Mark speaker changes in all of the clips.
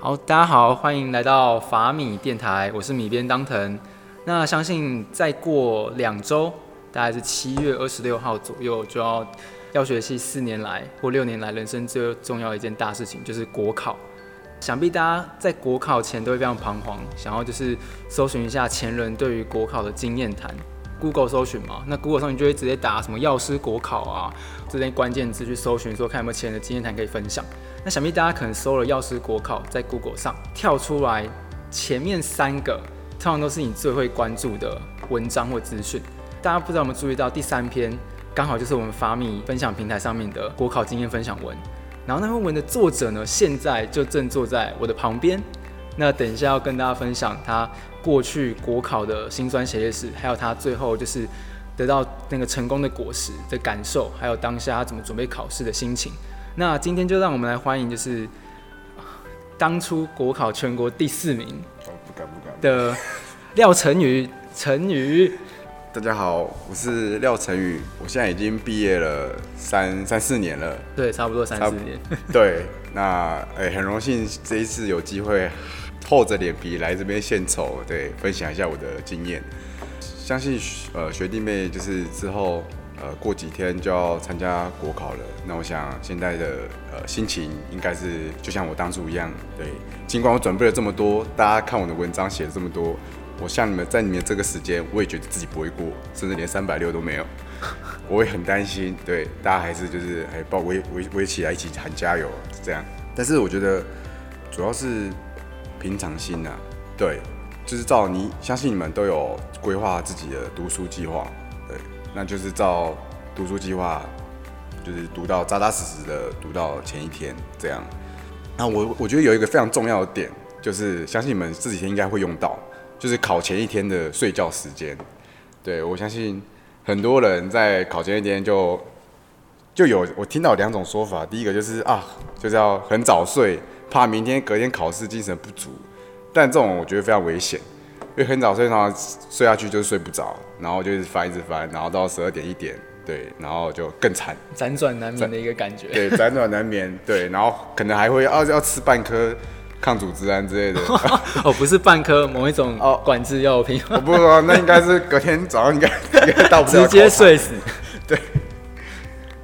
Speaker 1: 好，大家好，欢迎来到法米电台，我是米边当藤。那相信再过两周，大概是七月二十六号左右，就要药学系四年来或六年来人生最重要的一件大事情，就是国考。想必大家在国考前都会非常彷徨，想要就是搜寻一下前人对于国考的经验谈。Google 搜寻嘛，那 Google 上你就会直接打什么药师国考啊这些关键字去搜寻，说看有没有前人的经验谈可以分享。那想必大家可能搜了药师国考，在 Google 上跳出来前面三个，通常都是你最会关注的文章或资讯。大家不知道有没有注意到，第三篇刚好就是我们法米分享平台上面的国考经验分享文。然后那篇文的作者呢，现在就正坐在我的旁边。那等一下要跟大家分享他过去国考的辛酸血泪史，还有他最后就是得到那个成功的果实的感受，还有当下他怎么准备考试的心情。那今天就让我们来欢迎，就是呃当初国考全国第四名
Speaker 2: 哦，不敢不敢。
Speaker 1: 的廖成宇，成宇。
Speaker 2: 大家好，我是廖成宇，我现在已经毕业了三三四年了。
Speaker 1: 对，差不多三
Speaker 2: 差
Speaker 1: 四
Speaker 2: 不
Speaker 1: 年。
Speaker 2: 对，那哎、很荣幸这一次有机会厚着脸皮来这边献丑，对，分享一下我的经验。相信呃学弟妹就是之后呃过几天就要参加国考了，那我想现在的呃心情应该是就像我当初一样，对，尽管我准备了这么多，大家看我的文章写了这么多。我像你们在你们这个时间，我也觉得自己不会过，甚至连三百六都没有，我也很担心。对，大家还是就是还抱围围围起来一起喊加油这样。但是我觉得主要是平常心呐、啊，对，就是照你相信你们都有规划自己的读书计划，对，那就是照读书计划，就是读到扎扎实实的读到前一天这样。那我我觉得有一个非常重要的点，就是相信你们这几天应该会用到，就是考前一天的睡觉时间。对我相信很多人在考前一天就就有我听到两种说法，第一个就是啊，就是要很早睡，怕明天隔天考试精神不足，但这种我觉得非常危险，因为很早睡，常常睡下去就是睡不着，然后就一直翻一直翻，然后到十二点一点，对，然后就更惨。
Speaker 1: 辗转难眠的一个感觉。
Speaker 2: 对，辗转难眠，对，然后可能还会要要吃半颗抗组织胺之 类的。啊
Speaker 1: 哦，不是半颗某一种
Speaker 2: 哦
Speaker 1: 管制药品，
Speaker 2: 我不说，那应该是隔天早上应该应该到不了
Speaker 1: 直接
Speaker 2: 考场。
Speaker 1: 睡死。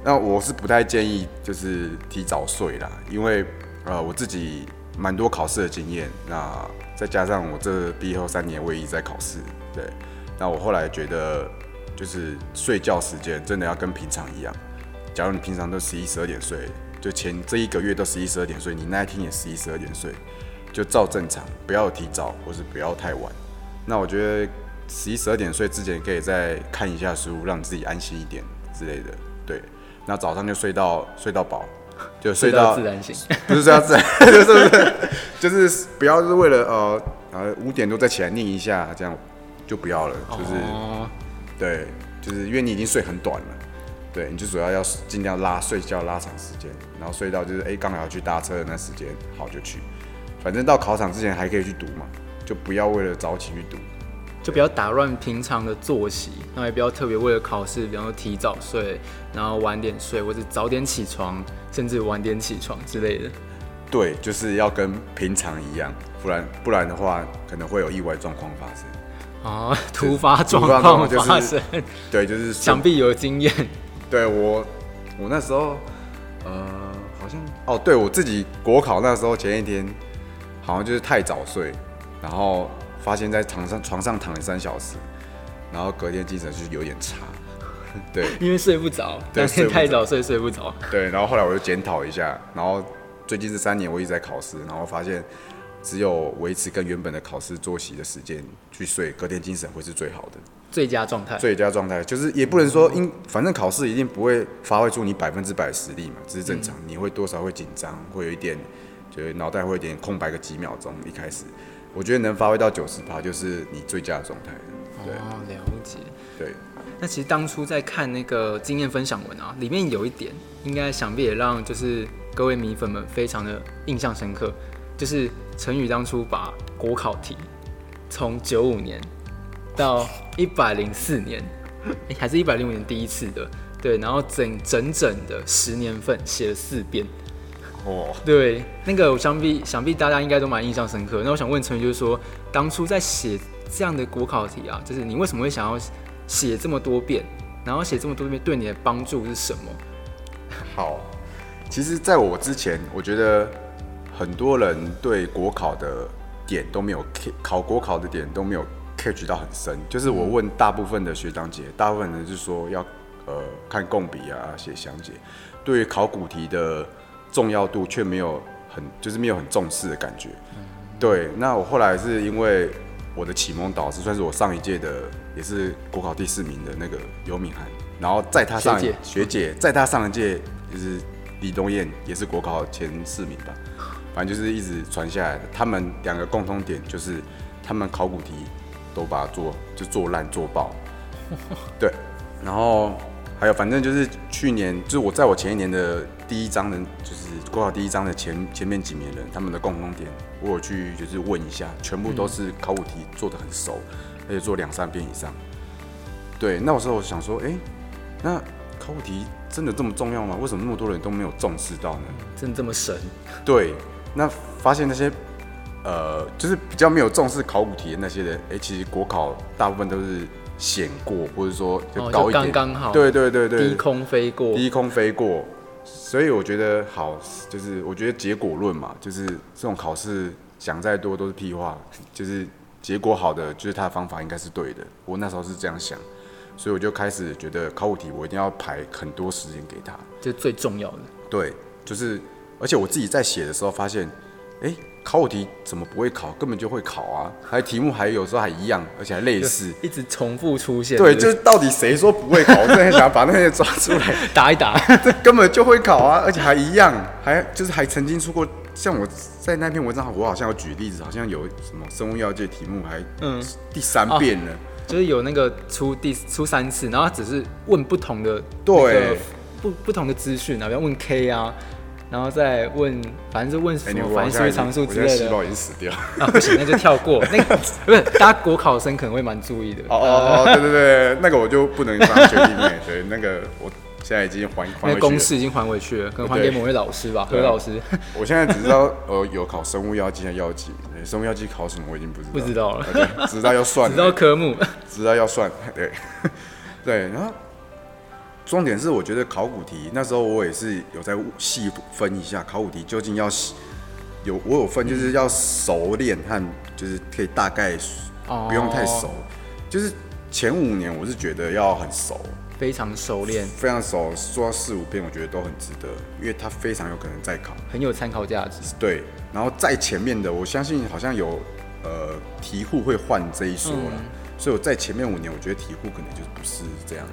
Speaker 2: 那我是不太建议就是提早睡啦，因为呃我自己蛮多考试的经验，那再加上我这毕业后三年我也一直在考试，对，那我后来觉得就是睡觉时间真的要跟平常一样，假如你平常都十一十二点睡，就前这一个月都十一十二点睡，你那一天也十一十二点睡，就照正常，不要提早或是不要太晚。那我觉得十一十二点睡之前可以再看一下书，让你自己安心一点之类的。对，那早上就睡到睡到饱， 就睡
Speaker 1: 睡到
Speaker 2: 到
Speaker 1: 自然醒，
Speaker 2: 不是睡到自然，就是不是 就是不要是为了呃呃五点多再起来念一下，这样就不要了，就是、
Speaker 1: 哦，
Speaker 2: 对，就是因为你已经睡很短了，对，你就主要要尽量拉睡觉拉长时间，然后睡到就是哎刚好要去搭车的那时间，好就去，反正到考场之前还可以去读嘛，就不要为了早起去读。
Speaker 1: 就不要打乱平常的作息，那也不要特别为了考试，比方说提早睡，然后晚点睡，或者早点起床，甚至晚点起床之类的。
Speaker 2: 对，就是要跟平常一样，不然不然的话可能会有意外状况发生。
Speaker 1: 哦，突发状
Speaker 2: 突发状
Speaker 1: 况
Speaker 2: 况就是
Speaker 1: 发生，
Speaker 2: 对，就是
Speaker 1: 想必有经验。
Speaker 2: 对我，我那时候，呃，好像哦，对我自己国考那时候前一天，好像就是太早睡，然后发现在床上床上躺了三小时，然后隔天精神就是有点差，对
Speaker 1: 因为睡不着，
Speaker 2: 对
Speaker 1: 但
Speaker 2: 睡
Speaker 1: 是
Speaker 2: 不着
Speaker 1: 太早睡睡不着。
Speaker 2: 对，然后后来我就检讨一下，然后最近这三年我一直在考试，然后发现只有维持跟原本的考试作息的时间去睡，隔天精神会是最好的。
Speaker 1: 最佳状态。
Speaker 2: 最佳状态，就是也不能说因，反正考试一定不会发挥出你百分之百的实力嘛，这是正常，你会多少会紧张，会有一点，就是脑袋会有点空白个几秒钟。一开始，我觉得能发挥到九十趴就是你最佳的状态了。
Speaker 1: 哦，了解。
Speaker 2: 对对，
Speaker 1: 那其实当初在看那个经验分享文啊，里面有一点，应该想必也让就是各位米粉们非常的印象深刻，就是陈宇当初把国考题从九五年到一百零四年，诶还是一百零五年第一次的，对，然后整整整的十年份写了四遍，
Speaker 2: 哦，
Speaker 1: 对，那个我想必想必大家应该都蛮印象深刻。那我想问陈宇，就是说当初在写这样的国考题啊，就是你为什么会想要写这么多遍，然后写这么多遍对你的帮助是什么？
Speaker 2: 好，其实在我之前，我觉得很多人对国考的点都没有 ca- 考国考的点都没有 catch 到很深。就是我问大部分的学长姐，大部分人是说要呃看共笔啊，写详解，对于考古题的重要度却没有很就是没有很重视的感觉。对，那我后来是因为我的启蒙导师算是我上一届的，也是国考第四名的那个尤敏涵，然后在他上一
Speaker 1: 学姐
Speaker 2: 学姐在他上一届就是李东燕，也是国考前四名吧，反正就是一直传下来的。他们两个共通点就是他们考古题都把它做就做烂做爆，对，然后还有反正就是去年，就是我在我前一年的第一章的，就是国考第一章的前前面几名的人，他们的共同点，我有去就是问一下，全部都是考古题做的很熟，而且做两三遍以上。对，那我时候我想说，哎、那考古题真的这么重要吗？为什么那么多人都没有重视到呢？
Speaker 1: 真的这么神？
Speaker 2: 对，那发现那些呃，就是比较没有重视考古题的那些人，哎、其实国考大部分都是险过，或者说就
Speaker 1: 哦
Speaker 2: 高一
Speaker 1: 就
Speaker 2: 点，
Speaker 1: 刚刚好
Speaker 2: 对对对对，
Speaker 1: 低空飞过，
Speaker 2: 低空飞过。所以我觉得好，就是我觉得结果论嘛，就是这种考试想再多都是屁话，就是结果好的，就是他的方法应该是对的。我那时候是这样想，所以我就开始觉得考古题我一定要排很多时间给他。
Speaker 1: 就最重要的。
Speaker 2: 对，就是，而且我自己在写的时候发现，哎、考古题怎么不会考？根本就会考啊！还题目还有时候还一样，而且还类似。
Speaker 1: 一直重复出现，
Speaker 2: 对，
Speaker 1: 不
Speaker 2: 就是到底谁说不会考？我真的很想把那些抓出来。
Speaker 1: 打一打，
Speaker 2: 这根本就会考啊，而且还一样，还就是还曾经出过，像我在那篇文章，我好像有举例子，好像有什么生物药界题目还
Speaker 1: 嗯啊
Speaker 2: 第三遍了，
Speaker 1: 就是有那个出第出三次，然后他只是问不同的
Speaker 2: 对
Speaker 1: 那个不不同的资讯啊，比方问 K 啊，然后再问，反正就问什
Speaker 2: 哎你
Speaker 1: 么
Speaker 2: 我好
Speaker 1: 反
Speaker 2: 像
Speaker 1: 式
Speaker 2: 已经
Speaker 1: 常数
Speaker 2: 我
Speaker 1: 之
Speaker 2: 现在
Speaker 1: 类
Speaker 2: 细
Speaker 1: 的
Speaker 2: 胞已经死掉。
Speaker 1: 啊，不行，那就跳过。那 个不是，大家国考生可能会蛮注意的。
Speaker 2: 哦哦哦， 对对对，那个我就不能当学弟妹，对，那个我现在已经还还
Speaker 1: 那个
Speaker 2: 回去
Speaker 1: 公
Speaker 2: 了。
Speaker 1: 式已经还回去了，可能还
Speaker 2: 对
Speaker 1: 给某位老师吧，何
Speaker 2: 对啊
Speaker 1: 老师
Speaker 2: 我现在只知道 呃有考生物药剂和药剂，对生物药剂考什么我已经不知道，
Speaker 1: 不知道了
Speaker 2: 啊，对只知道要算
Speaker 1: 只知道科目。
Speaker 2: 知道要算， 对，对，然后重点是我觉得考古题那时候我也是有在细分一下考古题究竟要细有我有分就是要熟练和就是可以大概
Speaker 1: 哦
Speaker 2: 不用太熟，就是前五年我是觉得要很熟，
Speaker 1: 非常熟练，
Speaker 2: 非常熟，说到四五遍我觉得都很值得，因为它非常有可能再考。
Speaker 1: 很有参考价值。
Speaker 2: 对，然后在前面的，我相信好像有呃题库会换这一说
Speaker 1: 嗯
Speaker 2: 了，所以我在前面五年，我觉得题库可能就不是这样，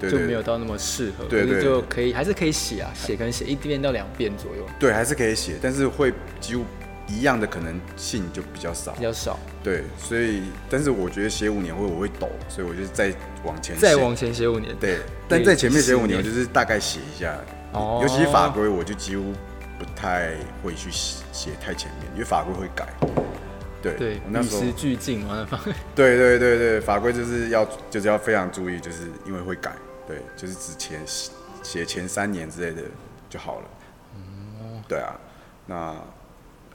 Speaker 2: 对
Speaker 1: 就
Speaker 2: 对
Speaker 1: 没有
Speaker 2: 对，
Speaker 1: 到那么适合，
Speaker 2: 对
Speaker 1: 可是
Speaker 2: 对
Speaker 1: 就可以还是可以写啊，写可能写一遍到两遍左右，
Speaker 2: 对还是可以写，但是会几乎一样的可能性就比较少
Speaker 1: 比，较少。
Speaker 2: 对，所以但是我觉得写五年会我会抖，所以我就再往前
Speaker 1: 再
Speaker 2: 写
Speaker 1: 往前写五年，
Speaker 2: 对，但在前面写五年，我就是大概写一下，
Speaker 1: 哦
Speaker 2: 尤其是法规，我就几乎不太会去写写太前面，因为法规会改。对，
Speaker 1: 对
Speaker 2: 我，那
Speaker 1: 与
Speaker 2: 时候
Speaker 1: 时俱进嘛，那方面
Speaker 2: 对对对对，法规就是要就是要非常注意，就是因为会改，对，就是只前写前三年之类的就好了。对啊，那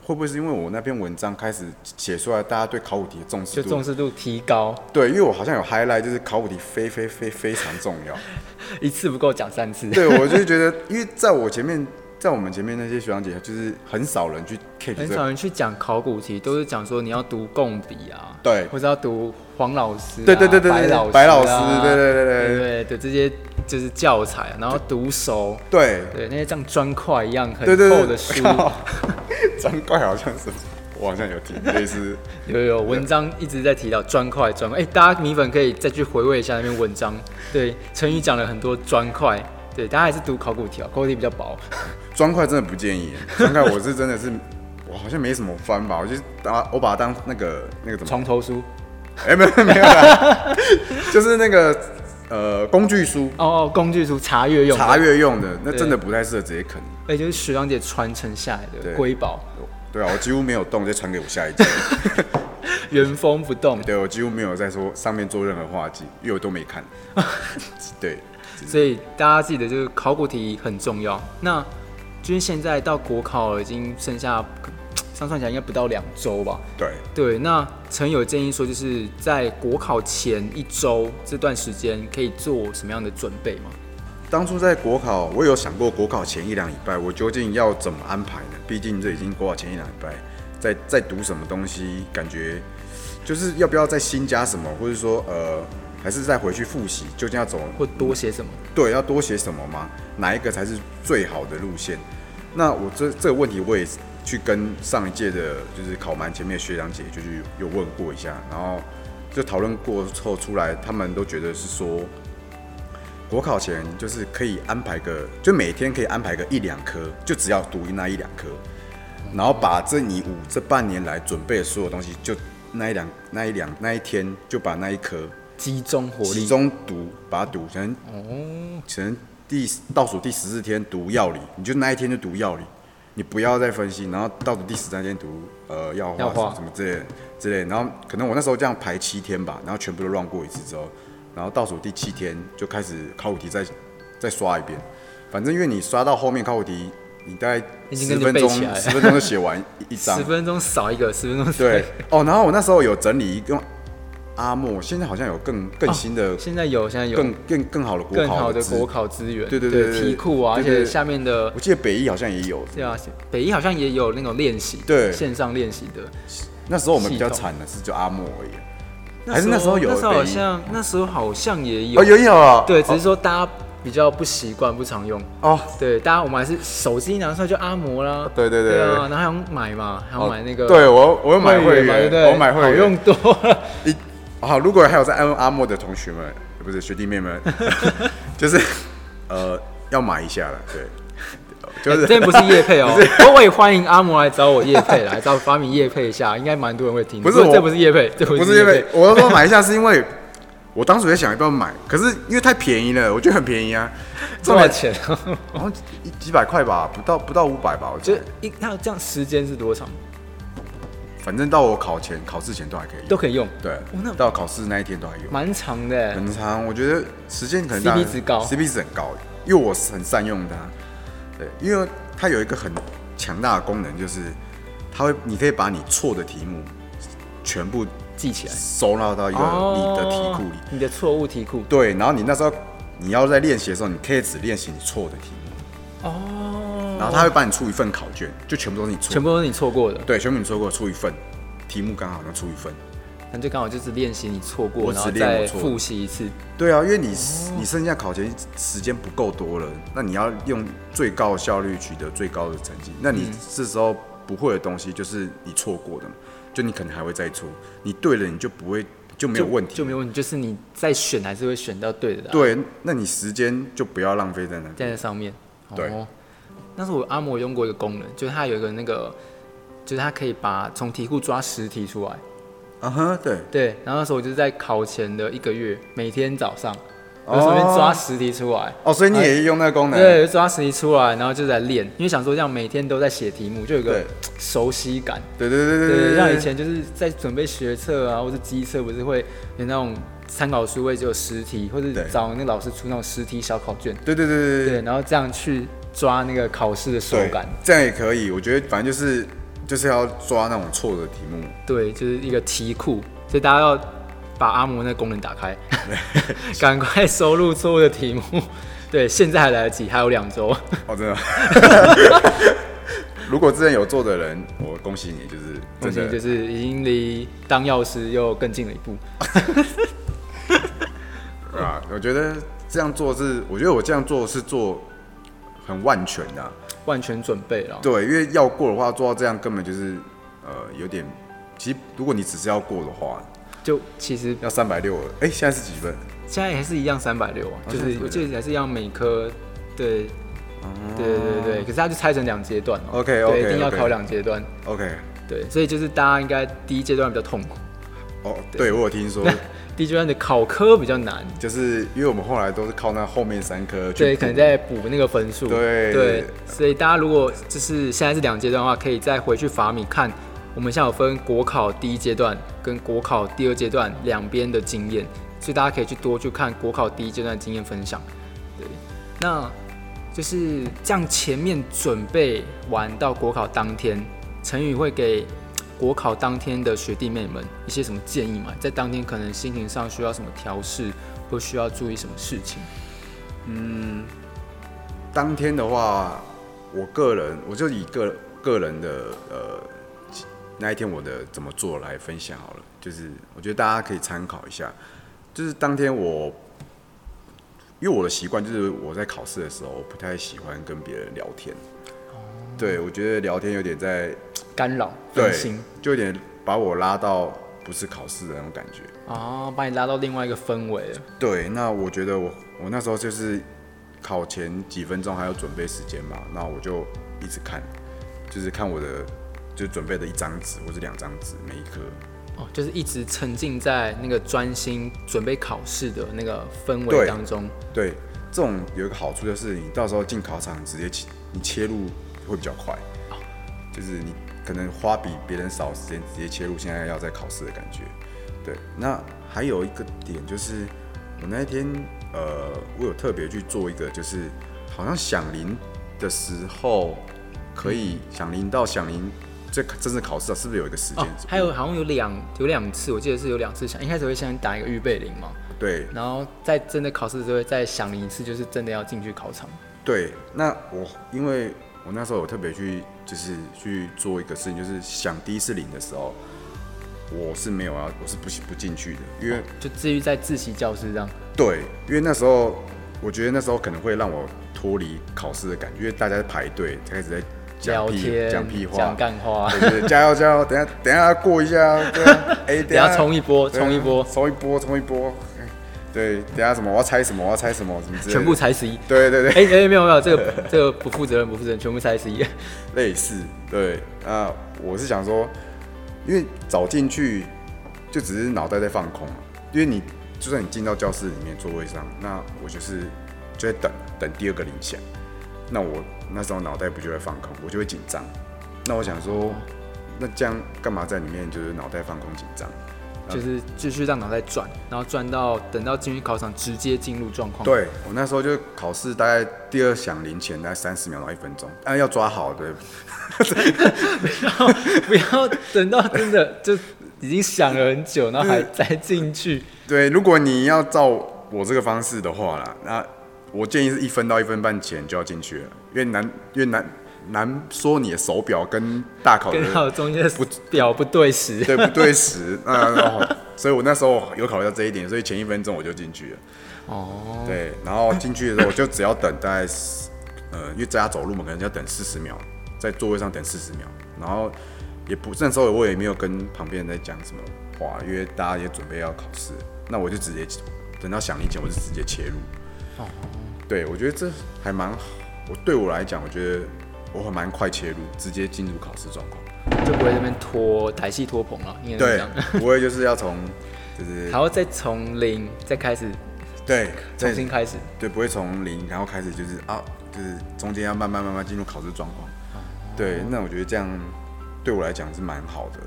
Speaker 2: 会不会是因为我那篇文章开始写出来，大家对考古题的重视
Speaker 1: 就
Speaker 2: 度？
Speaker 1: 重视度提高，
Speaker 2: 对，因为我好像有 highlight，就是考古题非非非非常重要。
Speaker 1: 一次不够讲三次，
Speaker 2: 对，我就觉得，因为在我前面，在我们前面那些学长姐，就是很少人去 catch 这
Speaker 1: 很
Speaker 2: 个
Speaker 1: 少人去讲考古题，都是讲说你要读共笔啊，
Speaker 2: 对
Speaker 1: 或者要读黄老师啊、
Speaker 2: 对对对对对
Speaker 1: 白老师、
Speaker 2: 白老师对对对对
Speaker 1: 对对对这些就是教材，啊然后读熟，
Speaker 2: 对
Speaker 1: 对那些像砖块一样很
Speaker 2: 对对对
Speaker 1: 厚的书，
Speaker 2: 靠 张怪好像是，我好像有听类似，
Speaker 1: 有有文章一直在提到砖块砖块，哎、大家米粉可以再去回味一下那篇文章。对，陈宇讲了很多砖块，对，大家还是读考古题啊，考古题比较薄，
Speaker 2: 砖块真的不建议，砖块我是真的是，我好像没什么翻吧，我就是把我把它当那个那个怎么
Speaker 1: 床头书。
Speaker 2: 哎、没有没有啦， 就是那个呃工具书
Speaker 1: 哦哦，工具书查阅用的，
Speaker 2: 查阅用的，那
Speaker 1: 对
Speaker 2: 真的不太适合直接啃。
Speaker 1: 哎，就是学长姐传承下来的
Speaker 2: 对
Speaker 1: 瑰宝，
Speaker 2: 对啊，我几乎没有动，再传给我下一届。
Speaker 1: 原封不动。
Speaker 2: 对我几乎没有在说上面做任何画技，因为我都没看。对，
Speaker 1: 所以大家记得，就是考古题很重要。那就是现在到国考了已经剩下，上算起来应该不到两周吧。
Speaker 2: 对，
Speaker 1: 对，那陈友建议说，就是在国考前一周这段时间可以做什么样的准备吗？
Speaker 2: 当初在国考，我有想过国考前一两礼拜，我究竟要怎么安排呢？毕竟这已经国考前一两礼拜，在在读什么东西，感觉就是要不要再新加什么，或者说呃，还是再回去复习，究竟要走
Speaker 1: 或多写什么？
Speaker 2: 对，要多写什么吗？哪一个才是最好的路线？那我这这个问题我也去跟上一届的，就是考蛮前面的学长姐，就去有问过一下，然后就讨论过之后出来，他们都觉得是说，国考前就是可以安排个，就每天可以安排个一两科，就只要读那一两科，然后把这你五这半年来准备的所有东西，就那一两那一两那一天就把那一科
Speaker 1: 集中火
Speaker 2: 集
Speaker 1: 力。哦
Speaker 2: 中读，把它读，可能可能第倒数第十四天读药理，你就那一天就读药理，你不要再分析，然后倒数第十三天读呃药
Speaker 1: 药
Speaker 2: 化什
Speaker 1: 化
Speaker 2: 么什么之类的之类的，然后可能我那时候这样排七天吧，然后全部都乱过一次之后，然后倒数第七天就开始考古题再再刷一遍，反正因为你刷到后面考古题，你大概
Speaker 1: 已经
Speaker 2: 十
Speaker 1: 跟着
Speaker 2: 分
Speaker 1: 背
Speaker 2: 钟
Speaker 1: 起来了
Speaker 2: 十分钟就写完一一张
Speaker 1: 十，分钟少一个，十分钟少一 个
Speaker 2: 对哦，然后我那时候有整理一个阿莫，现在好像有更更新的
Speaker 1: 啊现在有，现在有
Speaker 2: 更更更好的国考
Speaker 1: 更好的
Speaker 2: 资
Speaker 1: 国考资源，
Speaker 2: 对对对对对
Speaker 1: 题库啊，而
Speaker 2: 对对
Speaker 1: 且
Speaker 2: 对
Speaker 1: 下面的
Speaker 2: 我记得北艺好像也有，
Speaker 1: 对啊，北一好像也有那种练习，
Speaker 2: 对
Speaker 1: 线上练习的。
Speaker 2: 那时候我们比较
Speaker 1: 系统
Speaker 2: 惨的是就阿莫而已，还是那时候有
Speaker 1: 那时候好
Speaker 2: 北一
Speaker 1: 像那时候好像也有，
Speaker 2: 哦有有啊，
Speaker 1: 对，只是说大家比较不习惯，不常用。
Speaker 2: 哦，
Speaker 1: 对，大家我们还是手机拿出来就阿摩啦，
Speaker 2: 对对对
Speaker 1: 对
Speaker 2: 对
Speaker 1: 啊，
Speaker 2: 哦
Speaker 1: 然后还要买嘛，还要买那个
Speaker 2: 对我我有买
Speaker 1: 会
Speaker 2: 会
Speaker 1: 嘛对
Speaker 2: 员
Speaker 1: 不，对？
Speaker 2: 我买会
Speaker 1: 好用
Speaker 2: 员，
Speaker 1: 多了，
Speaker 2: 一好，如果还有在用阿莫的同学们，不是学弟 妹们，就是呃要买一下了， 对，就是
Speaker 1: 真的不是叶配 哦，不过我也欢迎阿摩来找我叶配，来找发明叶配一下，应该蛮多人会听。
Speaker 2: 不是
Speaker 1: 过
Speaker 2: 我
Speaker 1: 这不是叶配，这
Speaker 2: 不
Speaker 1: 不
Speaker 2: 是因为我要说买一下，是因为我当时也想要不要买，可是因为太便宜了，我觉得很便宜 啊，
Speaker 1: 多少钱啊？
Speaker 2: 好像一几百块吧，不到不到五百吧，我觉
Speaker 1: 就
Speaker 2: 得，
Speaker 1: 一那这样时间是多长
Speaker 2: 反正到我考前考试前都还可以用，
Speaker 1: 都可以用，
Speaker 2: 对，
Speaker 1: 那
Speaker 2: 到考试那一天都还有，
Speaker 1: 蛮长的。
Speaker 2: 很长。我觉得时间可能大
Speaker 1: CP 值高
Speaker 2: ，CP 值很高，因为我是很善用它。对，因为它有一个很强大的功能，就是它会，你可以把你错的题目全部
Speaker 1: 记起来。
Speaker 2: 收纳到一个你的题库里。
Speaker 1: 哦你的错误题库
Speaker 2: 对，然后你那时候你要在练习的时候，你可以只练习你错的题目，
Speaker 1: 哦，
Speaker 2: 然后它会帮你出一份考卷，就全部都是你错的，
Speaker 1: 全部都是你错过的，
Speaker 2: 对，全部你错过出一份，题目刚好能出一份。
Speaker 1: 那就刚好就是练习你错过，
Speaker 2: 我
Speaker 1: 然
Speaker 2: 只
Speaker 1: 后
Speaker 2: 练
Speaker 1: 再
Speaker 2: 我错
Speaker 1: 复习一次。
Speaker 2: 对啊，因为你、你剩下考前时间不够多了，那你要用最高的效率取得最高的成绩。那你这时候不会的东西，就是你错过的嘛，就你可能还会再错。你对了，你就不会就没有问题。
Speaker 1: 就没有问题，就是你再选还是会选到对的答案，
Speaker 2: 对，那你时间就不要浪费在那。
Speaker 1: 在那上面。
Speaker 2: 对
Speaker 1: 哦，那时候我阿嬷用过一个功能，就是它有一个那个，就是它可以把从题库抓十题出来。
Speaker 2: 啊哈，对，
Speaker 1: 对，然后那时候我就在考前的一个月，每天早上，我
Speaker 2: 哦
Speaker 1: 就随便抓十题出来。
Speaker 2: 哦，所以你也用那个功能。
Speaker 1: 哎对，就抓十题出来，然后就在练，因为想说这样每天都在写题目，就有一个
Speaker 2: 对
Speaker 1: 熟悉感。
Speaker 2: 对对对对
Speaker 1: 对
Speaker 2: 对
Speaker 1: 对，
Speaker 2: 对，
Speaker 1: 像以前就是在准备学测啊，或是机测，不是会有那种参考书会只有十题，或者
Speaker 2: 对
Speaker 1: 找那个老师出那种十题小考卷，
Speaker 2: 对对对对
Speaker 1: 对，然后这样去抓那个考试的手
Speaker 2: 对
Speaker 1: 感，
Speaker 2: 这样也可以。我觉得反正就是就是要抓那种错的题目。
Speaker 1: 对，就是一个题库，所以大家要把阿摩那个功能打 开，赶快收录错误的题目。对，现在还来得及，还有两周。
Speaker 2: 哦，真的。 如果之前有做的人，我恭喜你，就是
Speaker 1: 恭喜你，
Speaker 2: 真
Speaker 1: 就
Speaker 2: 的。
Speaker 1: 是已经离当药师又更近了一步。
Speaker 2: 啊，我觉得这样做是，我觉得我这样做是做很万全的啊、
Speaker 1: 万全准备了。
Speaker 2: 对，因为要过的话，做到这样根本就是呃有点。其实如果你只是要过的话，
Speaker 1: 就其实
Speaker 2: 要三百六了。哎、现在是几分？
Speaker 1: 现在还是一样三百六啊，
Speaker 2: 哦
Speaker 1: 就是
Speaker 2: 360
Speaker 1: 我记得还是一样每科，对，对对对对，可是它就拆成两阶段哦。
Speaker 2: OK，OK，OK
Speaker 1: 对，一定要考两阶段。
Speaker 2: OK。
Speaker 1: 对，所以就是大家应该第一阶段比较痛苦，
Speaker 2: 哦，对我有听说，
Speaker 1: 第一阶段的考科比较难，
Speaker 2: 就是因为我们后来都是靠那后面三科去
Speaker 1: 对，
Speaker 2: 补
Speaker 1: 可能在补那个分数。
Speaker 2: 对
Speaker 1: 对，所以大家如果就是现在是两阶段的话，可以再回去法米看。我们现在有分国考第一阶段跟国考第二阶段两边的经验，所以大家可以去多去看国考第一阶段的经验分享。对，那就是这样前面准备完到国考当天，陈宇会给国考当天的学弟妹们一些什么建议吗？在当天可能心情上需要什么调试，或需要注意什么事情？
Speaker 2: 当天的话，我个人我就以个个人的呃那一天我的怎么做来分享好了，就是我觉得大家可以参考一下。就是当天我，因为我的习惯就是我在考试的时候我不太喜欢跟别人聊天，对我觉得聊天有点在
Speaker 1: 干扰、分
Speaker 2: 对
Speaker 1: 心，
Speaker 2: 就有点把我拉到不是考试的那种感觉。
Speaker 1: 哦，把你拉到另外一个氛围了。
Speaker 2: 对，那我觉得我我那时候就是考前几分钟还有准备时间嘛，那我就一直看，就是看我的就准备的一张纸或者两张纸每一科。
Speaker 1: 哦，就是一直沉浸在那个专心准备考试的那个氛围
Speaker 2: 对
Speaker 1: 当中。
Speaker 2: 对，这种有一个好处就是你到时候进考场直接切你切入会比较快，就是你可能花比别人少时间直接切入现在要在考试的感觉。对，那还有一个点就是我那一天呃，我有特别去做一个，就是好像响铃的时候可以响铃到响铃。这真正考试啊，是不是有一个时间
Speaker 1: 嗯哦
Speaker 2: 轴？，
Speaker 1: 还有好像有两有两次，我记得是有两次想，一开始会先打一个预备铃嘛，
Speaker 2: 对，
Speaker 1: 然后在真的考试的时候会再响铃一次，就是真的要进去考场。
Speaker 2: 对，那我因为我那时候有特别去，就是去做一个事情，就是响第一次铃的时候，我是没有啊，我是不不进去的，因为
Speaker 1: 就至于在自习教室这样，
Speaker 2: 对，因为那时候我觉得那时候可能会让我脱离考试的感觉，因为大家在排队开始在讲
Speaker 1: 聊
Speaker 2: 屁
Speaker 1: 天、
Speaker 2: 讲屁话
Speaker 1: 讲，干话，
Speaker 2: 对对对加油加油，等一下等一下过一下，对啊， 哎、
Speaker 1: 等下冲一波，冲一波，
Speaker 2: 冲一波，冲一波，哎对，等一下什么我要猜什么，我要猜什么，什么之类的，
Speaker 1: 全部，踩死一。
Speaker 2: 对对对。
Speaker 1: 哎哎，没有没有，这个这个不负责任，不负责任，全部踩死一。
Speaker 2: 类似，对，那我是想说，因为早进去就只是脑袋在放空嘛，因为你就算你进到教室里面座位上，那我就是就在等等第二个铃响，那我那时候脑袋不就在放空，我就会紧张。那我想说，那这样干嘛在里面就是脑袋放空紧张？
Speaker 1: 就是继续让脑袋转，然后转到等到进去考场直接进入状况。，
Speaker 2: 对我那时候就考试大概第二响铃前大概三十秒到一分钟，啊但要抓好对，
Speaker 1: 不要等到真的就已经想了很久，然后还再进去。
Speaker 2: 对，如果你要照我这个方式的话啦，那我建议是一分到一分半前就要进去了，越难越难难说你的手表跟大考
Speaker 1: 跟
Speaker 2: 的
Speaker 1: 好中间不表不对时，
Speaker 2: 对不对时，那、哦所以我那时候有考虑到这一点，所以前一分钟我就进去了。哦，对，然后进去的时候我就只要等大概10，呃，因为在家走路嘛，可能要等四十秒，在座位上等四十秒，然后也不那时候我也没有跟旁边人在讲什么话，因为大家也准备要考试，那我就直接等到响铃前，我就直接切入。对，我觉得这还蛮好，我对我来讲，我觉得我很蛮快切入，直接进入考试状况。
Speaker 1: 就不会这边拖台戏拖棚了，应该是这
Speaker 2: 对
Speaker 1: 样。，
Speaker 2: 不会就是要从就是
Speaker 1: 然后再从零再开始
Speaker 2: 对，
Speaker 1: 重新
Speaker 2: 对
Speaker 1: 开始，
Speaker 2: 对，不会从零然后开始就是啊，就是中间要慢慢慢慢进入考试状况。
Speaker 1: 哦
Speaker 2: 对，那我觉得这样对我来讲是蛮好的。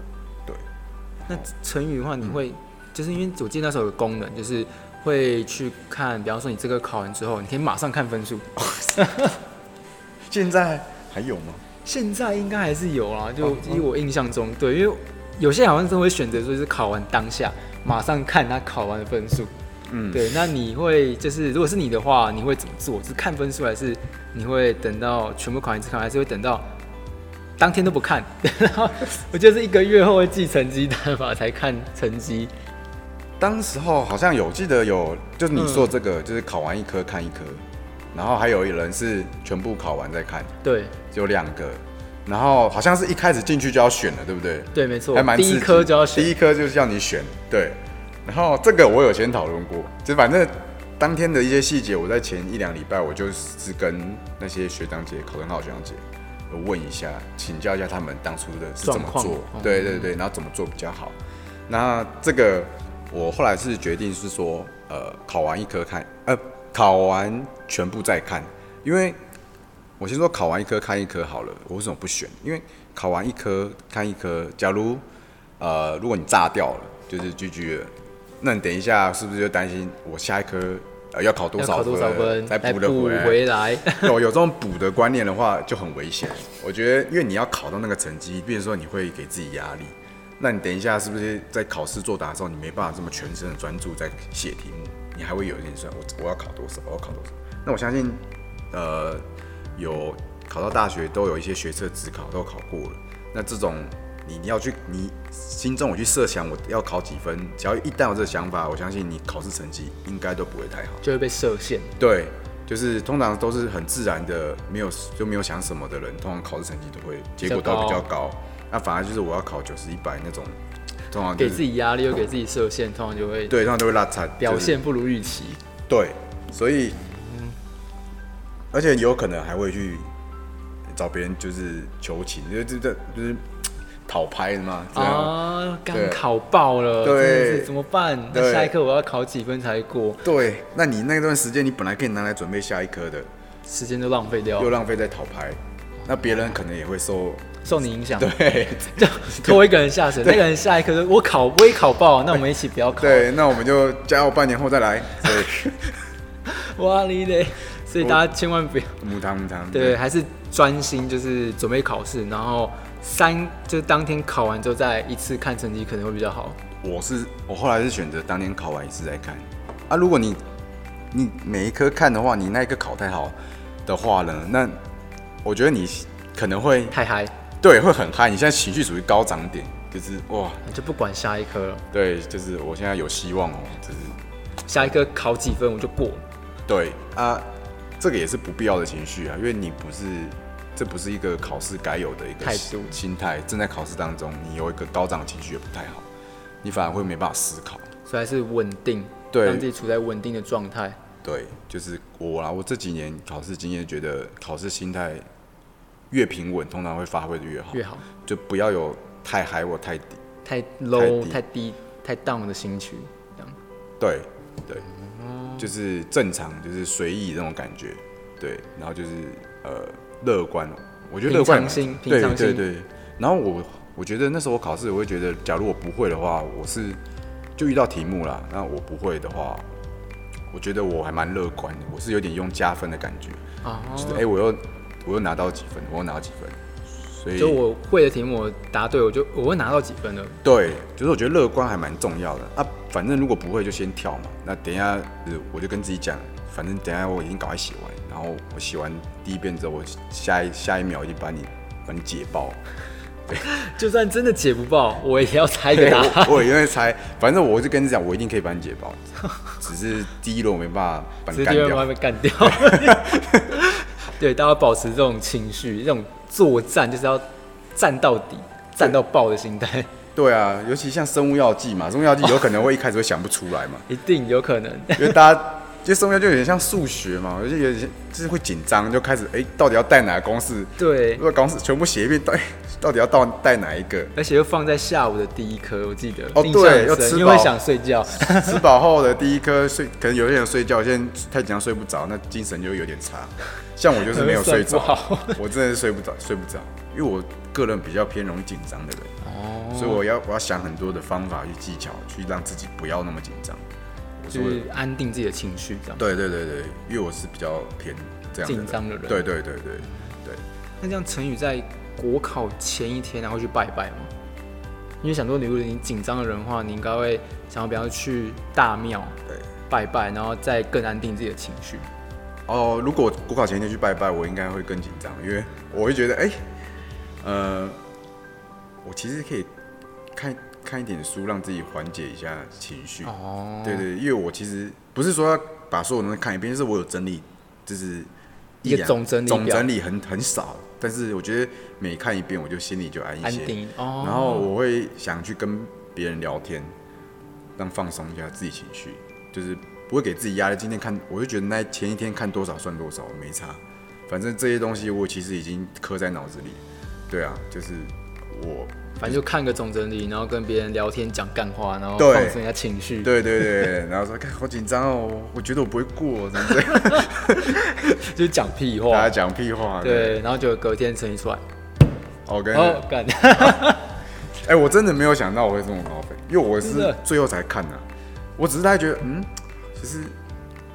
Speaker 2: 对，
Speaker 1: 那成语的话，你会、
Speaker 2: 嗯
Speaker 1: 就是因为我记得那时候有个功能，就是会去看，比方说你这个考完之后，你可以马上看分数。
Speaker 2: 现在还有吗？
Speaker 1: 现在应该还是有
Speaker 2: 哦
Speaker 1: 啦，就以我印象中，对，因为有些好像真的会选择说是考完当下马上看他考完的分数。嗯，对，那你会就是如果是你的话，你会怎么做？是看分数，还是你会等到全部考完一次考，还是会等到当天都不看？ 然后我觉得是一个月后会记成绩单吧，才看成绩。
Speaker 2: 当时候好像有记得有，就是你
Speaker 1: 嗯
Speaker 2: 说这个，就是考完一科看一科，然后还有一人是全部考完再看，
Speaker 1: 对，
Speaker 2: 有两个，然后好像是一开始进去就要选了，对不对？
Speaker 1: 对，没错
Speaker 2: 还，蛮
Speaker 1: 第一
Speaker 2: 刺激
Speaker 1: 科就要选
Speaker 2: 第一科就是要你选，对。然后这个我有先讨论过，就反正当天的一些细节，我在前一两礼拜我就是跟那些学长姐、考很好的学长姐我问一下，请教一下他们当初的是怎么
Speaker 1: 状
Speaker 2: 做
Speaker 1: 况哦，
Speaker 2: 对对对，然后怎么做比较好。那这个我后来是决定是说，呃，考完一科看，呃，考完全部再看，因为我先说考完一科看一科好了，我为什么不选？因为考完一科看一科，假如呃，如果你炸掉了，就是 GG 了，那你等一下是不是就担心我下一科呃要考多
Speaker 1: 要
Speaker 2: 少
Speaker 1: 考多少分
Speaker 2: 再
Speaker 1: 来
Speaker 2: 补的
Speaker 1: 补回来？
Speaker 2: 有有这种补的观念的话，就很危险。我觉得，因为你要考到那个成绩，变成说你会给自己压力。那你等一下是不是在考试作答的时候，你没办法这么全神的专注在写题目，你还会有一点算我我要考多少，我要考多少？那我相信，呃，有考到大学都有一些学测、职考都考过了。那这种你你要去你心中我去设想我要考几分，只要一旦有这个想法，我相信你考试成绩应该都不会太好。
Speaker 1: 就会被设限。
Speaker 2: 对，就是通常都是很自然的，没有就没有想什么的人，通常考试成绩都会结果都比较
Speaker 1: 比较
Speaker 2: 高。那反而就是我要考九十一百那种，通常、就
Speaker 1: 给
Speaker 2: 是、
Speaker 1: 自己压力又给自己设限，通常就会
Speaker 2: 对，通常都会拉惨
Speaker 1: 表现嗯不如预期。
Speaker 2: 对，所以，而且有可能还会去找别人就是求情，就是这这就是讨拍的嘛，这样。
Speaker 1: 啊，刚
Speaker 2: 对
Speaker 1: 考爆了，
Speaker 2: 对
Speaker 1: 真的是怎么办？那
Speaker 2: 对
Speaker 1: 下一科我要考几分才过？
Speaker 2: 对，那你那段时间你本来可以拿来准备下一科的，
Speaker 1: 时间都浪费掉
Speaker 2: 又，浪费在讨拍，那别人可能也会受
Speaker 1: 受你影响。
Speaker 2: 对
Speaker 1: 就拖一个人下水，那个人下一科说我考我也考爆了，那我们一起不要考。
Speaker 2: 对，那我们就加油，半年后再来。 对，
Speaker 1: 哇你嘞！所以大家千万不要
Speaker 2: 母汤母汤。
Speaker 1: 对，，还是专心就是准备考试，然后三就是当天考完之后再一次看成绩可能会比较好。
Speaker 2: 我是我后来是选择当天考完一次再看。啊，如果你你每一科看的话，你那一科考太好的话呢，那我觉得你可能 会
Speaker 1: 太嗨，
Speaker 2: 对会很嗨，你现在情绪属于高涨点，就是哇，
Speaker 1: 你就不管下一科了，
Speaker 2: 对，就是我现在有希望哦，就是
Speaker 1: 下一科考几分我就过了。
Speaker 2: 对啊，这个也是不必要的情绪啊，因为你不是。这不是一个考试该有的一个
Speaker 1: 态
Speaker 2: 心
Speaker 1: 度
Speaker 2: 心态，正在考试当中，你有一个高涨情绪也不太好，你反而会没办法思考。
Speaker 1: 所以还是稳定，
Speaker 2: 对
Speaker 1: 让自己处在稳定的状态。
Speaker 2: 对，就是我啦，我这几年考试经验，觉得考试心态越平稳，通常会发挥的越好，
Speaker 1: 越好，
Speaker 2: 就不要有太嗨或太低。
Speaker 1: 太 low、
Speaker 2: 低
Speaker 1: 太低、太 down 的心情，这样
Speaker 2: 对，对，就是正常，就是随意那种感觉。对，然后就是呃乐观，我觉得乐观
Speaker 1: 平常心
Speaker 2: 对
Speaker 1: 平常心
Speaker 2: 对对。然后我我觉得那时候我考试，我会觉得，假如我不会的话，我是就遇到题目啦，那我不会的话，我觉得我还蛮乐观的，我是有点用加分的感觉。
Speaker 1: 啊。
Speaker 2: 就是哎、我又我又拿到几分，我又拿到几分，所以
Speaker 1: 就我会的题目，我答对，我就我会拿到几分了。
Speaker 2: 对，就是我觉得乐观还蛮重要的啊。反正如果不会就先跳嘛。那等一下呃我就跟自己讲，反正等一下我已经赶快写完，然后我写完第一遍之后，我下一下一秒就把你把你解爆。
Speaker 1: 就算真的解不爆，我也要猜个
Speaker 2: 对，
Speaker 1: 答案。
Speaker 2: 我我也会猜，反正我就跟你讲，我一定可以把你解爆，只是第一轮我没办法把 你
Speaker 1: 直
Speaker 2: 干
Speaker 1: 接
Speaker 2: 掉
Speaker 1: 把。被干掉。 对，大家保持这种情绪，这种作战就是要战到底、战到爆的心态，
Speaker 2: 对啊，尤其像生物药剂嘛，生物药剂有可能会一开始会想不出来嘛。
Speaker 1: 一定有可能。
Speaker 2: 因为大家就生物就有点像数学嘛，我就有点像就是会紧张，就开始哎、到底要带哪个公式？
Speaker 1: 对
Speaker 2: 如，果公式全部写一遍，到底到底要到带哪一 个？
Speaker 1: 而且又放在下午的第一科，我记得。
Speaker 2: 哦
Speaker 1: 印象
Speaker 2: 对
Speaker 1: 很
Speaker 2: 要
Speaker 1: 深
Speaker 2: 吃
Speaker 1: 因为
Speaker 2: 饱
Speaker 1: 想睡觉。
Speaker 2: 吃饱后的第一颗睡，可能有些人睡觉，现在太紧张睡不着，那精神就有点差。像我就是没有 睡着
Speaker 1: 睡不好，
Speaker 2: 我真的是睡不着，睡不着，因为我个人比较偏容易紧张的人，
Speaker 1: 哦，
Speaker 2: 所以我要我要想很多的方法与技巧，去让自己不要那么紧张。我
Speaker 1: 就
Speaker 2: 说
Speaker 1: 是安定自己的情绪，这样。
Speaker 2: 对对对对，因为我是比较偏这样
Speaker 1: 紧张的人
Speaker 2: 对对对对对。
Speaker 1: 那这样陈宇在国考前一天然后去拜拜吗？因为想说，如果你紧张的人的话，你应该会想要不要去大庙
Speaker 2: 对
Speaker 1: 拜拜，然后再更安定自己的情绪。
Speaker 2: 哦，如果国考前一天去拜拜，我应该会更紧张，因为我会觉得，哎、呃，我其实可以看看一点书，让自己缓解一下情绪。
Speaker 1: 哦，
Speaker 2: 对对，因为我其实不是说要把所有东西看一遍，就是我有整理，就是
Speaker 1: 一个
Speaker 2: 两
Speaker 1: 总整理
Speaker 2: 总
Speaker 1: 表
Speaker 2: 整理很很少，但是我觉得每看一遍，我就心里就安一
Speaker 1: 安
Speaker 2: 些。
Speaker 1: 定哦。
Speaker 2: 然后我会想去跟别人聊天，让放松一下自己情绪，就是不会给自己压力。今天看，我就觉得那前一天看多少算多少，没差。反正这些东西我其实已经刻在脑子里。对啊，就是我，
Speaker 1: 反正就看个总整理，然后跟别人聊天讲干话，然后
Speaker 2: 对
Speaker 1: 放松一下情绪。
Speaker 2: 对对 对，然后说，看好紧张哦，我觉得我不会过，怎么这样？
Speaker 1: 就是讲屁
Speaker 2: 大家
Speaker 1: 话。
Speaker 2: 讲屁话。，
Speaker 1: 对，然后就隔天成绩出来，
Speaker 2: 我跟你
Speaker 1: 哦，干，
Speaker 2: 哎、我真的没有想到我会这么高分，因为我
Speaker 1: 真
Speaker 2: 是
Speaker 1: 的
Speaker 2: 最后才看的、我只是大概觉得，嗯，其实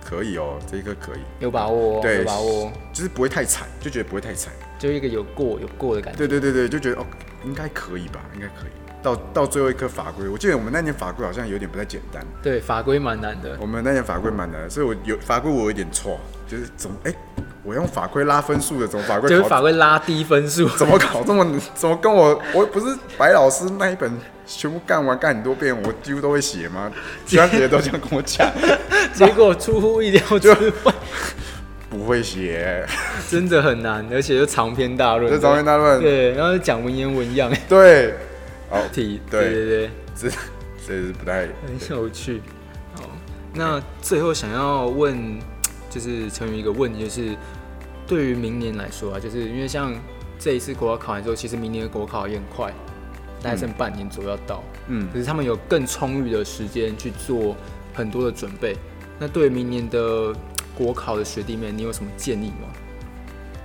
Speaker 2: 可以哦，这一科可以，
Speaker 1: 有把握、哦，
Speaker 2: 对
Speaker 1: 有把握，
Speaker 2: 就是不会太惨，就觉得不会太惨。
Speaker 1: 就一个有过有过的感觉。
Speaker 2: 对对对对，就觉得哦，应该可以吧，应该可以。到到最后一科法规，我记得我们那年法规好像有点不太简单，
Speaker 1: 对，法规蛮难的。
Speaker 2: 我们那年法规蛮难的，所以我有法规我有点错，就是怎么哎、我用法规拉分数的，怎么法规
Speaker 1: 就是
Speaker 2: 考
Speaker 1: 法规拉低分 数，
Speaker 2: 怎么搞这么怎么跟我我不是白老师那一本全部干完干很多遍，我几乎都会写吗？其他别的都这样跟我讲，
Speaker 1: 结果出乎意料之外，
Speaker 2: 不会写，
Speaker 1: 真的很难，而且又长篇大论。
Speaker 2: 这长篇大论
Speaker 1: 对，然后讲文言文样
Speaker 2: 对，好，
Speaker 1: 题，对
Speaker 2: 对
Speaker 1: 对对，
Speaker 2: 这这是不太
Speaker 1: 很有趣。好，那最后想要问，就是陈宇一个问题，就是对于明年来说啊，就是因为像这一次国考考完之后，其实明年的国考也很快，大概剩半年左右要到。
Speaker 2: 嗯
Speaker 1: 可是他们有更充裕的时间去做很多的准备。那对明年的国考的学弟妹，你有什么建议吗？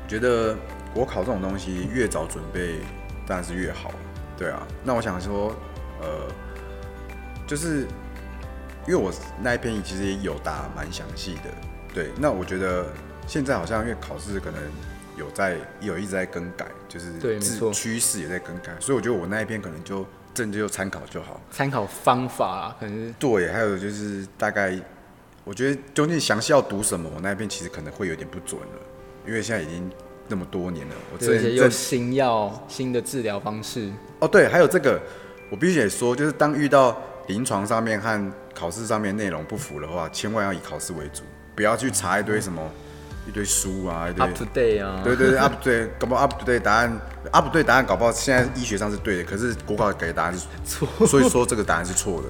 Speaker 2: 觉得国考这种东西越早准备当然是越好，对啊。那我想说，呃，就是因为我那一篇其实也有打蛮详细的，对。那我觉得现在好像因为考试可能有在有一直在更改，就是
Speaker 1: 对没
Speaker 2: 自
Speaker 1: 错
Speaker 2: 趋势也在更改，所以我觉得我那一篇可能就正就参考就好。
Speaker 1: 参考方法啊，可能是
Speaker 2: 对，还有就是大概，我觉得究竟详细要读什么，我那边其实可能会有点不准了，因为现在已经那么多年了。我
Speaker 1: 对
Speaker 2: 之
Speaker 1: 而且
Speaker 2: 前
Speaker 1: 又
Speaker 2: 正
Speaker 1: 新药、新的治疗方式，
Speaker 2: 哦对，还有这个，我必须得说，就是当遇到临床上面和考试上面内容不符的话，千万要以考试为主，不要去查一堆什么一堆书啊，一堆
Speaker 1: up to date 啊，
Speaker 2: 对对对 up 对，搞不好 up 对答案 up 对答案，搞不好现在医学上是对的，可是国考给的答案是
Speaker 1: 错，
Speaker 2: 所以说这个答案是错的。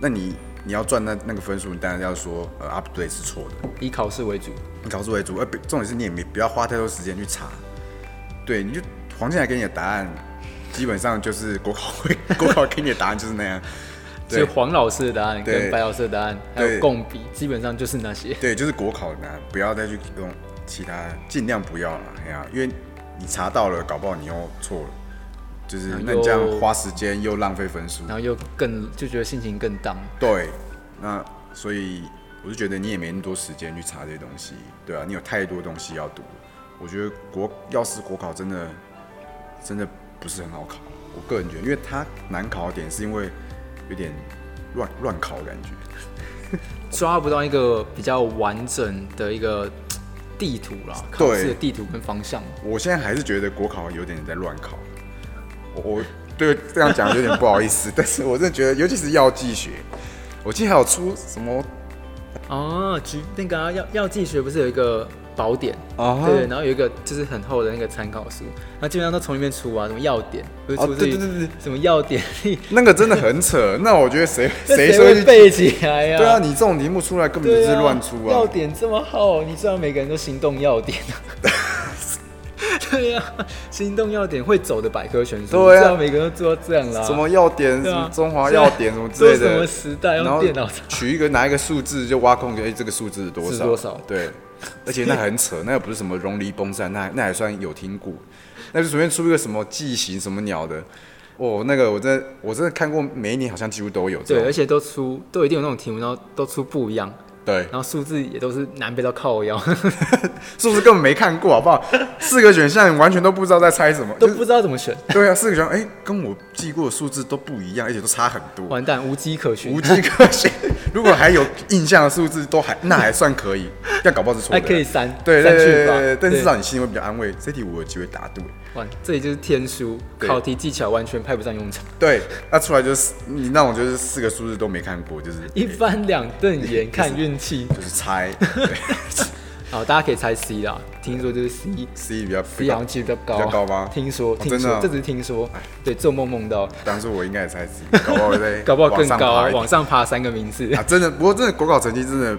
Speaker 2: 那你你要赚那那个分数，你当然要说呃 up 对是错的，
Speaker 1: 以考试为主，
Speaker 2: 你考试为主，而不重点是你也没不要花太多时间去查，对，你就黄进来给你的答案，基本上就是国考会 国考给你的答案就是那样，
Speaker 1: 所以
Speaker 2: 对
Speaker 1: 黄老师的答案
Speaker 2: 对
Speaker 1: 跟白老师的答案还有
Speaker 2: 对
Speaker 1: 共比，基本上就是那些。
Speaker 2: 对，就是国考的答案，不要再去用其他，尽量不要了，哎呀、因为你查到了，搞不好你又错了，就是
Speaker 1: 然后
Speaker 2: 那你这样
Speaker 1: 又
Speaker 2: 花时间又浪费分数
Speaker 1: 然，后又更就觉得心情更 down，
Speaker 2: 对，那所以我就觉得你也没那么多时间去查这些东西，对啊，你有太多东西要读。我觉得国要是国考真的真的不是很好考，我个人觉得，因为它难考的点是因为有点乱乱考的感觉。
Speaker 1: 抓不到一个比较完整的一个地图啦，考试的地图跟方向。
Speaker 2: 我现在还是觉得国考有点在乱考，我我对这样讲有点不好意思， 但是我真的觉得，尤其是药剂学，我记得还有出什么
Speaker 1: 哦，局那个啊药药剂学不是有一个宝典
Speaker 2: 啊
Speaker 1: 对，然后有一个就是很厚的那个参考书，那基本上都从里面出啊，什么药典，不是
Speaker 2: 哦
Speaker 1: 出自
Speaker 2: 对
Speaker 1: 于
Speaker 2: 对对对
Speaker 1: 什么药典，
Speaker 2: 那个真的很扯，那我觉得谁
Speaker 1: 那
Speaker 2: 谁说
Speaker 1: 会背起来呀、
Speaker 2: 对啊，，你这种题目出来根本就
Speaker 1: 对
Speaker 2: 是乱出啊
Speaker 1: 药！典这么厚，你知道每个人都心动药 典、啊。对呀、心动药典会走的百科全书，
Speaker 2: 对啊
Speaker 1: 你知道每个人都做到这样啦。
Speaker 2: 什么要点，
Speaker 1: 对
Speaker 2: 什
Speaker 1: 啊
Speaker 2: 么中华要点，什么之类
Speaker 1: 现在
Speaker 2: 的。
Speaker 1: 都什么时代用
Speaker 2: 然后
Speaker 1: 电脑查
Speaker 2: 取一个拿一个数字就挖空，就哎，这个数字是多
Speaker 1: 是
Speaker 2: 少？
Speaker 1: 多少
Speaker 2: 对，而且那很扯，那又不是什么容离崩散，那那还算有听过，那就随便出一个什么纪行什么鸟的。哦，那个我真的我真的看过，每一年好像几乎都有这
Speaker 1: 对，而
Speaker 2: 种。
Speaker 1: 且都出都一定有那种题目，然后都出不一样，
Speaker 2: 对，
Speaker 1: 然后数字也都是难背到靠 腰，
Speaker 2: 是不是根本没看过，好不好？四个选项你完全都不知道在猜什么，
Speaker 1: 都
Speaker 2: 就是
Speaker 1: 不知道怎么选，
Speaker 2: 对啊，四个选项，哎，跟我记过的数字都不一样，而且都差很多。
Speaker 1: 完蛋，无迹可
Speaker 2: 无
Speaker 1: 寻。
Speaker 2: 迹可寻。 如果还有印象的数字，都还那还算可以，要搞不好是错
Speaker 1: 还
Speaker 2: 的。
Speaker 1: 可以删，
Speaker 2: 对对
Speaker 1: 删
Speaker 2: 对
Speaker 1: 去
Speaker 2: 对
Speaker 1: 法
Speaker 2: 对，但
Speaker 1: 对
Speaker 2: 至少你心里会比较安慰。这题我有机会答对。
Speaker 1: 哇，这里就是天书，
Speaker 2: 对
Speaker 1: 考题技巧完全派不上用场，
Speaker 2: 对，那出来就是你那种就是四个数字都没看过，就是
Speaker 1: 一
Speaker 2: 诶
Speaker 1: 翻两瞪 眼，看运气。
Speaker 2: 就是猜。对
Speaker 1: 好，大家可以猜 C 啦，听说就是 C。
Speaker 2: C 比较
Speaker 1: C 好像其实比较高，啊
Speaker 2: 比较高吗
Speaker 1: 听说，
Speaker 2: 哦
Speaker 1: 听
Speaker 2: 真的
Speaker 1: 说，
Speaker 2: 啊
Speaker 1: 这只是听说，对，做梦梦到，
Speaker 2: 当初我应该也猜 C，搞不好我在
Speaker 1: 搞不好更
Speaker 2: 哎往上
Speaker 1: 高，啊
Speaker 2: 爬一点
Speaker 1: 往上爬三个名次，
Speaker 2: 啊！真的，不过真的国考成绩真的，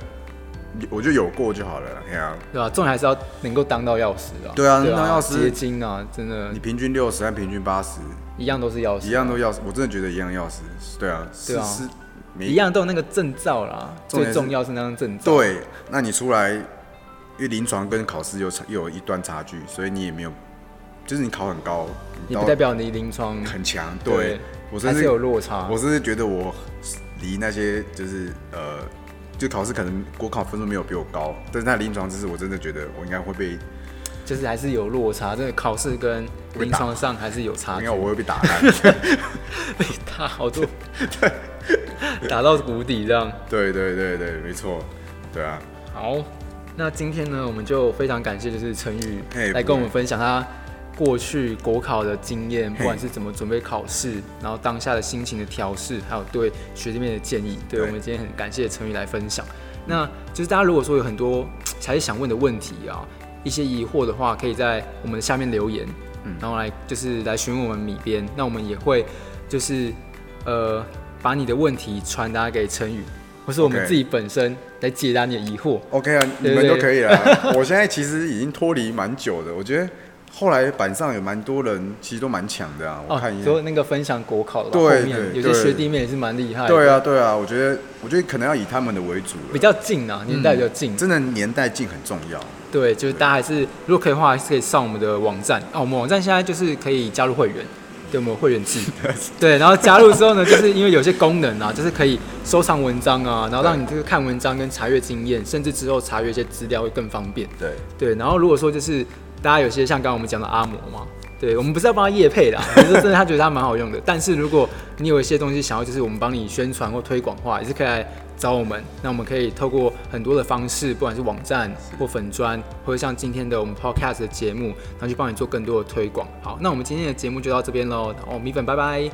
Speaker 2: 我就有过就好了啦。哎呀，
Speaker 1: 对吧、重点还是要能够当到药师啊，
Speaker 2: 对啊当药师
Speaker 1: 结晶啊，真的
Speaker 2: 你平均六十和平均八十
Speaker 1: 一样都是药师啊，
Speaker 2: 一样都要，我真的觉得一样要死。对啊，
Speaker 1: 对
Speaker 2: 是
Speaker 1: 啊
Speaker 2: 是没
Speaker 1: 一样都有那个证照啦，
Speaker 2: 重
Speaker 1: 最
Speaker 2: 点是
Speaker 1: 重要是那张证照。
Speaker 2: 对，那你出来，因为临床跟考试有差又有一段差距，所以你也没有，就是你考很高，
Speaker 1: 也
Speaker 2: 到
Speaker 1: 不代表你临床
Speaker 2: 很强。对
Speaker 1: 对
Speaker 2: 我
Speaker 1: 还
Speaker 2: 甚
Speaker 1: 是
Speaker 2: 至
Speaker 1: 有落差
Speaker 2: 我。甚至觉得我离那些就是呃就考试可能国考分数没有比我高，但是他临床知识我真的觉得我应该会被，
Speaker 1: 就是还是有落差，真的考试跟
Speaker 2: 被
Speaker 1: 临
Speaker 2: 打
Speaker 1: 床上还是有差
Speaker 2: 应
Speaker 1: 距
Speaker 2: 该。我会被打 烂。
Speaker 1: 被打好多， 打到谷底这样。
Speaker 2: 对对对对，没错，对啊，
Speaker 1: 好，那今天呢，我们就非常感谢就是陈宇
Speaker 2: 嘿
Speaker 1: 来
Speaker 2: 不
Speaker 1: 跟我
Speaker 2: 会
Speaker 1: 们分享他过去国考的经验，不管是怎么准备考试，然后当下的心情的调试，还有对学弟妹的建议。对
Speaker 2: 对
Speaker 1: 我们今天很感谢陈宇来分享。那就是大家如果说有很多还是想问的问题啊，一些疑惑的话，可以在我们的下面留言，
Speaker 2: 嗯
Speaker 1: 然后来就是来询问我们米编，那我们也会就是呃把你的问题传达给陈宇，或是我们
Speaker 2: OK
Speaker 1: 自己本身来解答你的疑惑。哦
Speaker 2: OK 啊，你们
Speaker 1: 对
Speaker 2: 都可以了。我现在其实已经脱离蛮久的，我觉得后来板上有蛮多人其实都蛮强的啊。我
Speaker 1: 哦
Speaker 2: 看，一
Speaker 1: 你
Speaker 2: 下，
Speaker 1: 说那个分享国考的吧
Speaker 2: 对
Speaker 1: 后面
Speaker 2: 对
Speaker 1: 有些
Speaker 2: 对
Speaker 1: 学弟妹也是蛮厉害的，
Speaker 2: 对啊对啊，我觉得我觉得可能要以他们的为主了
Speaker 1: 比较近啊，年代比较近。
Speaker 2: 真的年代近很重要。
Speaker 1: 对，就是大家还是如果可以的话，还是可以上我们的网站啊。我们网站现在就是可以加入会员，对，我们有会员制。对，然后加入之后呢，就是因为有些功能啊，就是可以收藏文章啊，然后让你这个看文章跟查阅经验，甚至之后查阅一些资料会更方便。
Speaker 2: 对，
Speaker 1: 对，然后如果说就是大家有些像刚刚我们讲的阿嬷嘛，对我们不是要帮他业配啦，只是真的他觉得他蛮好用的。但是如果你有一些东西想要就是我们帮你宣传或推广的话，也是可以来找我们。那我们可以透过很多的方式，不管是网站或粉砖，或者像今天的我们 podcast 的节目，然后去帮你做更多的推广。好，那我们今天的节目就到这边喽。然后米粉，拜拜。